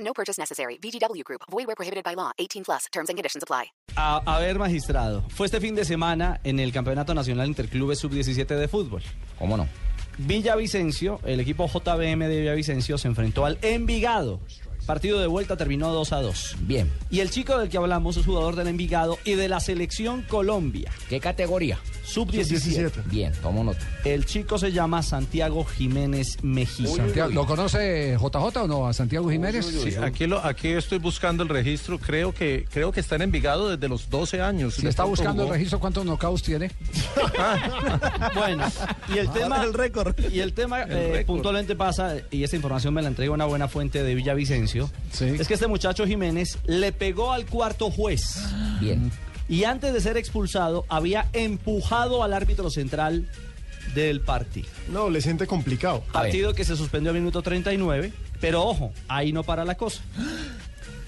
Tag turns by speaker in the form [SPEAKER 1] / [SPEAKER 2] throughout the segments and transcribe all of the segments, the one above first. [SPEAKER 1] No purchase necessary. VGW Group. Void where prohibited by law. 18 plus. Terms and conditions apply.
[SPEAKER 2] A, a ver, magistrado, fue este fin de semana en el Campeonato Nacional Interclubes Sub-17 de fútbol.
[SPEAKER 3] ¿Cómo no?
[SPEAKER 2] Villavicencio, el equipo JBM de Villavicencio se enfrentó al Envigado. Partido de vuelta terminó 2 a 2.
[SPEAKER 3] Bien.
[SPEAKER 2] Y el chico del que hablamos es jugador del Envigado y de la selección Colombia,
[SPEAKER 3] ¿Qué categoría?
[SPEAKER 2] sub-17.
[SPEAKER 3] Bien, tomo nota.
[SPEAKER 2] El chico se llama Santiago Jiménez Mejía.
[SPEAKER 4] Santiago, ¿Lo conoce JJ o no a Santiago Jiménez?
[SPEAKER 5] Sí, aquí, lo, aquí estoy buscando el registro. Creo que creo que está en Envigado desde los 12 años.
[SPEAKER 4] Si está buscando el registro, ¿cuántos knockouts tiene?
[SPEAKER 2] Bueno, y el tema Ah, el récord. Y el tema eh,
[SPEAKER 5] récord.
[SPEAKER 2] puntualmente pasa y esta información me la entrega una buena fuente de Villavicencio.
[SPEAKER 4] Sí.
[SPEAKER 2] Es que este muchacho Jiménez le pegó al cuarto juez
[SPEAKER 3] Bien.
[SPEAKER 2] y antes de ser expulsado había empujado al árbitro central del partido.
[SPEAKER 6] No, le siente complicado.
[SPEAKER 3] A ver.
[SPEAKER 2] Partido que se suspendió a minuto 39, pero ojo, ahí no para la cosa.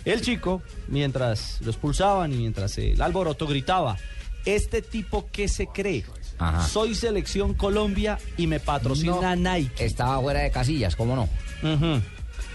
[SPEAKER 2] El chico, mientras lo expulsaban y mientras el alboroto gritaba, este tipo que se cree,
[SPEAKER 3] Ajá.
[SPEAKER 2] soy selección Colombia y me patrocina Nike.
[SPEAKER 3] Estaba fuera de casillas, ¿cómo no?
[SPEAKER 2] Ujú.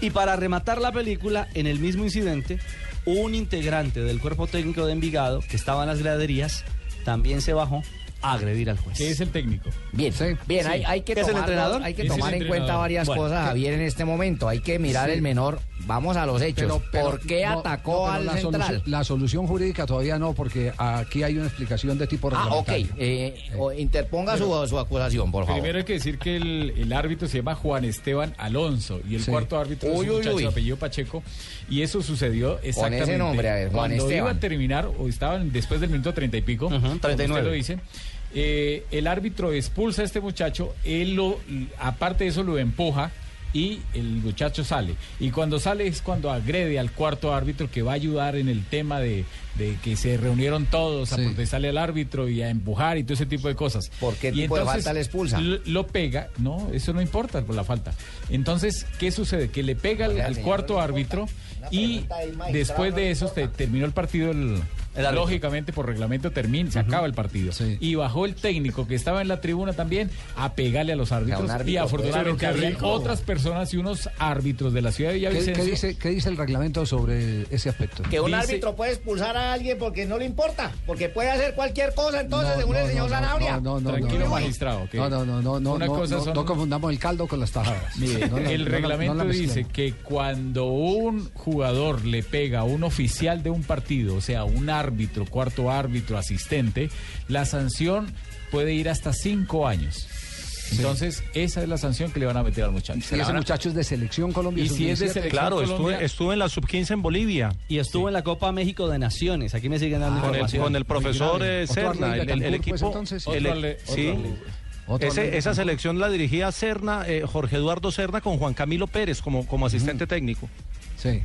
[SPEAKER 2] Y para rematar la película, en el mismo incidente, un integrante del cuerpo técnico de Envigado, que estaba en las graderías, también se bajó a agredir al juez.
[SPEAKER 7] que es el técnico.
[SPEAKER 3] Bien,
[SPEAKER 4] Sí.
[SPEAKER 3] bien, hay, hay que
[SPEAKER 2] ¿Es el
[SPEAKER 3] tomar,
[SPEAKER 2] entrenador?
[SPEAKER 3] Hay que
[SPEAKER 7] Es el
[SPEAKER 3] tomar en
[SPEAKER 7] entrenador.
[SPEAKER 3] cuenta varias
[SPEAKER 2] Bueno,
[SPEAKER 3] cosas, Javier, en este momento. Hay que mirar el menor. Vamos a los hechos.
[SPEAKER 4] Pero- pero-
[SPEAKER 3] ¿Por qué
[SPEAKER 4] no,
[SPEAKER 3] atacó
[SPEAKER 4] no, pero
[SPEAKER 3] al
[SPEAKER 4] la
[SPEAKER 3] central?
[SPEAKER 4] solución- la solución jurídica todavía no, porque aquí hay una explicación de tipo
[SPEAKER 3] Ah, ok.
[SPEAKER 4] reglamentario.
[SPEAKER 3] Eh, o interponga su, su acusación, por favor.
[SPEAKER 7] Primero hay que decir que el, el árbitro se llama Juan Esteban Alonso y el
[SPEAKER 4] Sí.
[SPEAKER 7] cuarto árbitro
[SPEAKER 3] Uy,
[SPEAKER 7] es un
[SPEAKER 3] uy,
[SPEAKER 7] muchacho
[SPEAKER 3] uy.
[SPEAKER 7] de apellido Pacheco y eso sucedió exactamente
[SPEAKER 3] ese nombre, a ver, Juan
[SPEAKER 7] cuando iba
[SPEAKER 3] Esteban.
[SPEAKER 7] a terminar o estaban después del minuto treinta y pico,
[SPEAKER 2] Ujú,
[SPEAKER 7] como usted
[SPEAKER 2] 39.
[SPEAKER 7] lo dice. eh, el árbitro expulsa a este muchacho, él lo, aparte de eso lo empuja y el muchacho sale. Y cuando sale es cuando agrede al cuarto árbitro que va a ayudar en el tema de, de que se reunieron todos a
[SPEAKER 4] Sí.
[SPEAKER 7] protestarle al árbitro y a empujar y todo ese tipo de cosas.
[SPEAKER 3] ¿Por qué
[SPEAKER 7] Y
[SPEAKER 3] tipo de falta le expulsa?
[SPEAKER 7] lo- lo pega, no, eso no importa por la falta. Entonces, ¿qué sucede? Que le pega al,
[SPEAKER 3] Oiga,
[SPEAKER 7] al
[SPEAKER 3] señor,
[SPEAKER 7] cuarto
[SPEAKER 3] no le
[SPEAKER 7] árbitro
[SPEAKER 3] importa. Una
[SPEAKER 7] y
[SPEAKER 3] pregunta del magistrado,
[SPEAKER 7] después
[SPEAKER 3] no
[SPEAKER 7] de
[SPEAKER 3] le
[SPEAKER 7] eso
[SPEAKER 3] importa.
[SPEAKER 7] te- terminó el partido, el-
[SPEAKER 2] El árbitro.
[SPEAKER 7] lógicamente por reglamento termina, se acaba el partido.
[SPEAKER 4] Sí.
[SPEAKER 7] Y bajó el técnico que estaba en la tribuna también a pegarle a los árbitros. y
[SPEAKER 3] árbitro,
[SPEAKER 7] afortunadamente
[SPEAKER 4] pero qué
[SPEAKER 7] había
[SPEAKER 4] rico.
[SPEAKER 7] otras personas y unos árbitros de la ciudad de
[SPEAKER 4] ¿Qué,
[SPEAKER 7] Villavicencio.
[SPEAKER 4] qué dice, qué dice el reglamento sobre ese aspecto?
[SPEAKER 3] Que un
[SPEAKER 7] Dice-
[SPEAKER 3] árbitro puede expulsar a alguien porque no le importa, porque puede hacer cualquier cosa entonces,
[SPEAKER 4] No,
[SPEAKER 3] según
[SPEAKER 4] no,
[SPEAKER 3] el señor
[SPEAKER 4] no, no,
[SPEAKER 3] Zanabria.
[SPEAKER 4] no, no, no,
[SPEAKER 7] Tranquilo,
[SPEAKER 4] no.
[SPEAKER 7] magistrado, que
[SPEAKER 4] No, no, no, no, no,
[SPEAKER 7] una
[SPEAKER 4] no,
[SPEAKER 7] cosa
[SPEAKER 4] no,
[SPEAKER 7] son-
[SPEAKER 4] no confundamos el caldo con las tajadas.
[SPEAKER 7] Mire,
[SPEAKER 4] No, no, no,
[SPEAKER 7] el
[SPEAKER 4] no, no
[SPEAKER 7] reglamento
[SPEAKER 4] la mezclemos.
[SPEAKER 7] dice que cuando un jugador le pega a un oficial de un partido, o sea, un árbitro, cuarto árbitro, asistente, la sanción puede ir hasta cinco años. Entonces, esa es la sanción que le van a meter al muchacho.
[SPEAKER 4] Y ese muchacho es de selección Colombia.
[SPEAKER 7] Y si es de
[SPEAKER 4] sub-17.
[SPEAKER 7] selección
[SPEAKER 5] Claro,
[SPEAKER 7] Colombia,
[SPEAKER 5] estuve, estuve en la sub-15 en Bolivia.
[SPEAKER 2] Y estuvo en la Copa México de Naciones. Aquí me siguen dando
[SPEAKER 5] Ah, con, el,
[SPEAKER 2] información.
[SPEAKER 5] con el profesor
[SPEAKER 4] Ah, grave.
[SPEAKER 5] eh,
[SPEAKER 4] Otro
[SPEAKER 5] Serna,
[SPEAKER 4] Arley
[SPEAKER 5] el, el- el
[SPEAKER 4] Betancourt,
[SPEAKER 5] equipo.
[SPEAKER 4] pues, entonces.
[SPEAKER 5] el- e-
[SPEAKER 7] Otro Arley-
[SPEAKER 5] sí.
[SPEAKER 7] otro Arley.
[SPEAKER 4] Otro
[SPEAKER 5] Ese-
[SPEAKER 4] Arley
[SPEAKER 5] esa
[SPEAKER 4] Betancourt.
[SPEAKER 5] selección la dirigía Serna, eh, Jorge Eduardo Serna, con Juan Camilo Pérez como, como asistente técnico.
[SPEAKER 4] Sí.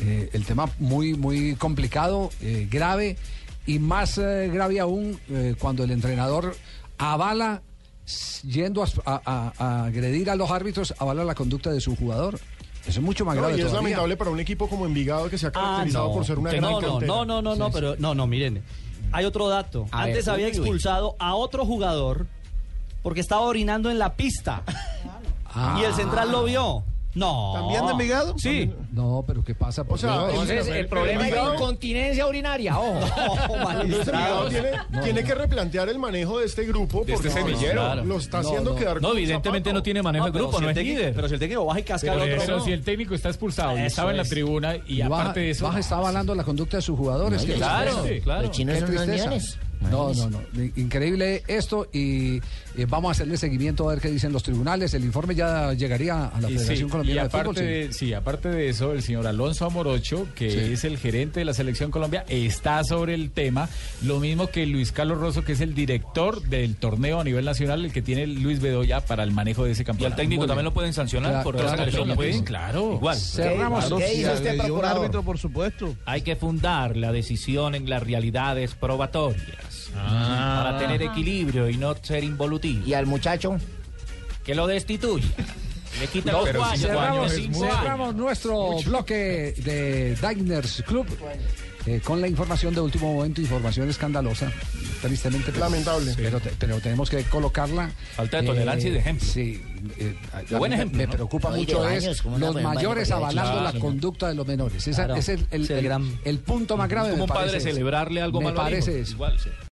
[SPEAKER 4] Eh, el tema muy, muy complicado, eh, grave y más eh, grave aún eh, cuando el entrenador avala, s- yendo a, a- a agredir a los árbitros, avala la conducta de su jugador. Eso es mucho más
[SPEAKER 6] No,
[SPEAKER 4] grave.
[SPEAKER 6] y es
[SPEAKER 4] todavía.
[SPEAKER 6] lamentable para un equipo como Envigado que se ha
[SPEAKER 2] Ah,
[SPEAKER 6] caracterizado
[SPEAKER 2] no.
[SPEAKER 6] por ser una gran
[SPEAKER 2] no, no,
[SPEAKER 6] cantera.
[SPEAKER 2] no, no, no, no, pero no, no, miren. Hay otro dato.
[SPEAKER 3] A
[SPEAKER 2] Antes
[SPEAKER 3] ver,
[SPEAKER 2] había
[SPEAKER 3] uy, uy.
[SPEAKER 2] expulsado a otro jugador porque estaba orinando en la pista.
[SPEAKER 4] Ah,
[SPEAKER 2] Y el central lo vio. No.
[SPEAKER 6] ¿También de Envigado?
[SPEAKER 5] Sí.
[SPEAKER 4] No, pero ¿qué pasa?
[SPEAKER 6] O sea,
[SPEAKER 3] Entonces, el problema es la incontinencia urinaria, ojo.
[SPEAKER 2] No,
[SPEAKER 6] Entonces, Envigado
[SPEAKER 2] magistrado.
[SPEAKER 6] tiene, tiene que replantear el manejo de este grupo
[SPEAKER 7] De
[SPEAKER 6] porque
[SPEAKER 7] este semillero.
[SPEAKER 6] no, no, lo está haciendo
[SPEAKER 4] no.
[SPEAKER 6] quedar
[SPEAKER 7] No,
[SPEAKER 6] como un
[SPEAKER 7] evidentemente
[SPEAKER 6] zapato.
[SPEAKER 7] no tiene manejo
[SPEAKER 2] No,
[SPEAKER 7] de
[SPEAKER 2] pero
[SPEAKER 7] grupo,
[SPEAKER 2] si
[SPEAKER 7] no
[SPEAKER 2] el
[SPEAKER 7] es
[SPEAKER 2] técnico-
[SPEAKER 7] líder.
[SPEAKER 2] Pero si el técnico baja y casca al
[SPEAKER 7] Pero,
[SPEAKER 2] otro. no.
[SPEAKER 7] si el técnico está expulsado y
[SPEAKER 2] Eso
[SPEAKER 7] estaba en la
[SPEAKER 2] es.
[SPEAKER 7] tribuna y,
[SPEAKER 4] y baja-
[SPEAKER 7] aparte de eso...
[SPEAKER 4] baja, estaban hablando la conducta de sus jugadores. que-
[SPEAKER 7] Claro, claro.
[SPEAKER 4] Qué tristeza. No, no, no. Increíble esto y eh, vamos a hacerle seguimiento a ver qué dicen los tribunales. El informe ya llegaría a la
[SPEAKER 7] Y
[SPEAKER 4] Federación
[SPEAKER 7] sí, y
[SPEAKER 4] Colombiana de
[SPEAKER 7] aparte
[SPEAKER 4] Fútbol. sí.
[SPEAKER 7] de, sí, aparte de eso, el señor Alonso Amorocho, que
[SPEAKER 4] Sí.
[SPEAKER 7] es el gerente de la Selección Colombia, está sobre el tema, lo mismo que Luis Carlos Rosso, que es el director del torneo a nivel nacional, el que tiene Luis Bedoya para el manejo de
[SPEAKER 8] Y
[SPEAKER 7] ese
[SPEAKER 8] al
[SPEAKER 7] campeonato.
[SPEAKER 8] técnico también lo pueden sancionar
[SPEAKER 4] Claro,
[SPEAKER 8] por
[SPEAKER 4] claro,
[SPEAKER 8] esa agresión,
[SPEAKER 7] claro,
[SPEAKER 8] ¿no?
[SPEAKER 7] claro.
[SPEAKER 8] claro. Igual.
[SPEAKER 4] Cerramos.
[SPEAKER 3] ¿Qué hizo usted, procurador?
[SPEAKER 5] por supuesto.
[SPEAKER 8] Hay que fundar la decisión en las realidades probatorias.
[SPEAKER 7] Ah.
[SPEAKER 8] Para tener equilibrio y no ser involutivo.
[SPEAKER 3] Y al muchacho.
[SPEAKER 8] Que lo destituya. Le quita dos
[SPEAKER 5] pero
[SPEAKER 8] años,
[SPEAKER 5] si
[SPEAKER 8] cuatro años,
[SPEAKER 4] Cerramos,
[SPEAKER 8] cinco años.
[SPEAKER 4] cerramos nuestro bloque de Diners Club eh, con la información de último momento, información escandalosa, tristemente. pero-
[SPEAKER 6] Lamentable.
[SPEAKER 4] Pero, te- pero tenemos que colocarla.
[SPEAKER 8] Falta de tolerancia y de ejemplo.
[SPEAKER 4] Sí. eh, a-
[SPEAKER 8] De
[SPEAKER 4] a
[SPEAKER 8] buen
[SPEAKER 4] mí me-
[SPEAKER 8] ejemplo,
[SPEAKER 4] Me
[SPEAKER 8] ¿no?
[SPEAKER 4] preocupa
[SPEAKER 3] No, y de
[SPEAKER 4] mucho
[SPEAKER 3] baños,
[SPEAKER 4] es
[SPEAKER 3] como una
[SPEAKER 4] los
[SPEAKER 3] buena baño
[SPEAKER 4] mayores
[SPEAKER 3] para el
[SPEAKER 4] avalando la
[SPEAKER 8] chico.
[SPEAKER 4] conducta de los menores. Esa-
[SPEAKER 2] Claro,
[SPEAKER 4] es el, el-
[SPEAKER 2] es el gran-
[SPEAKER 4] el punto más grave.
[SPEAKER 8] Como
[SPEAKER 4] me
[SPEAKER 8] un padre
[SPEAKER 4] parece ese.
[SPEAKER 8] celebrarle algo
[SPEAKER 4] Me
[SPEAKER 8] malo al hijo.
[SPEAKER 4] parece eso.
[SPEAKER 8] Igual, sí.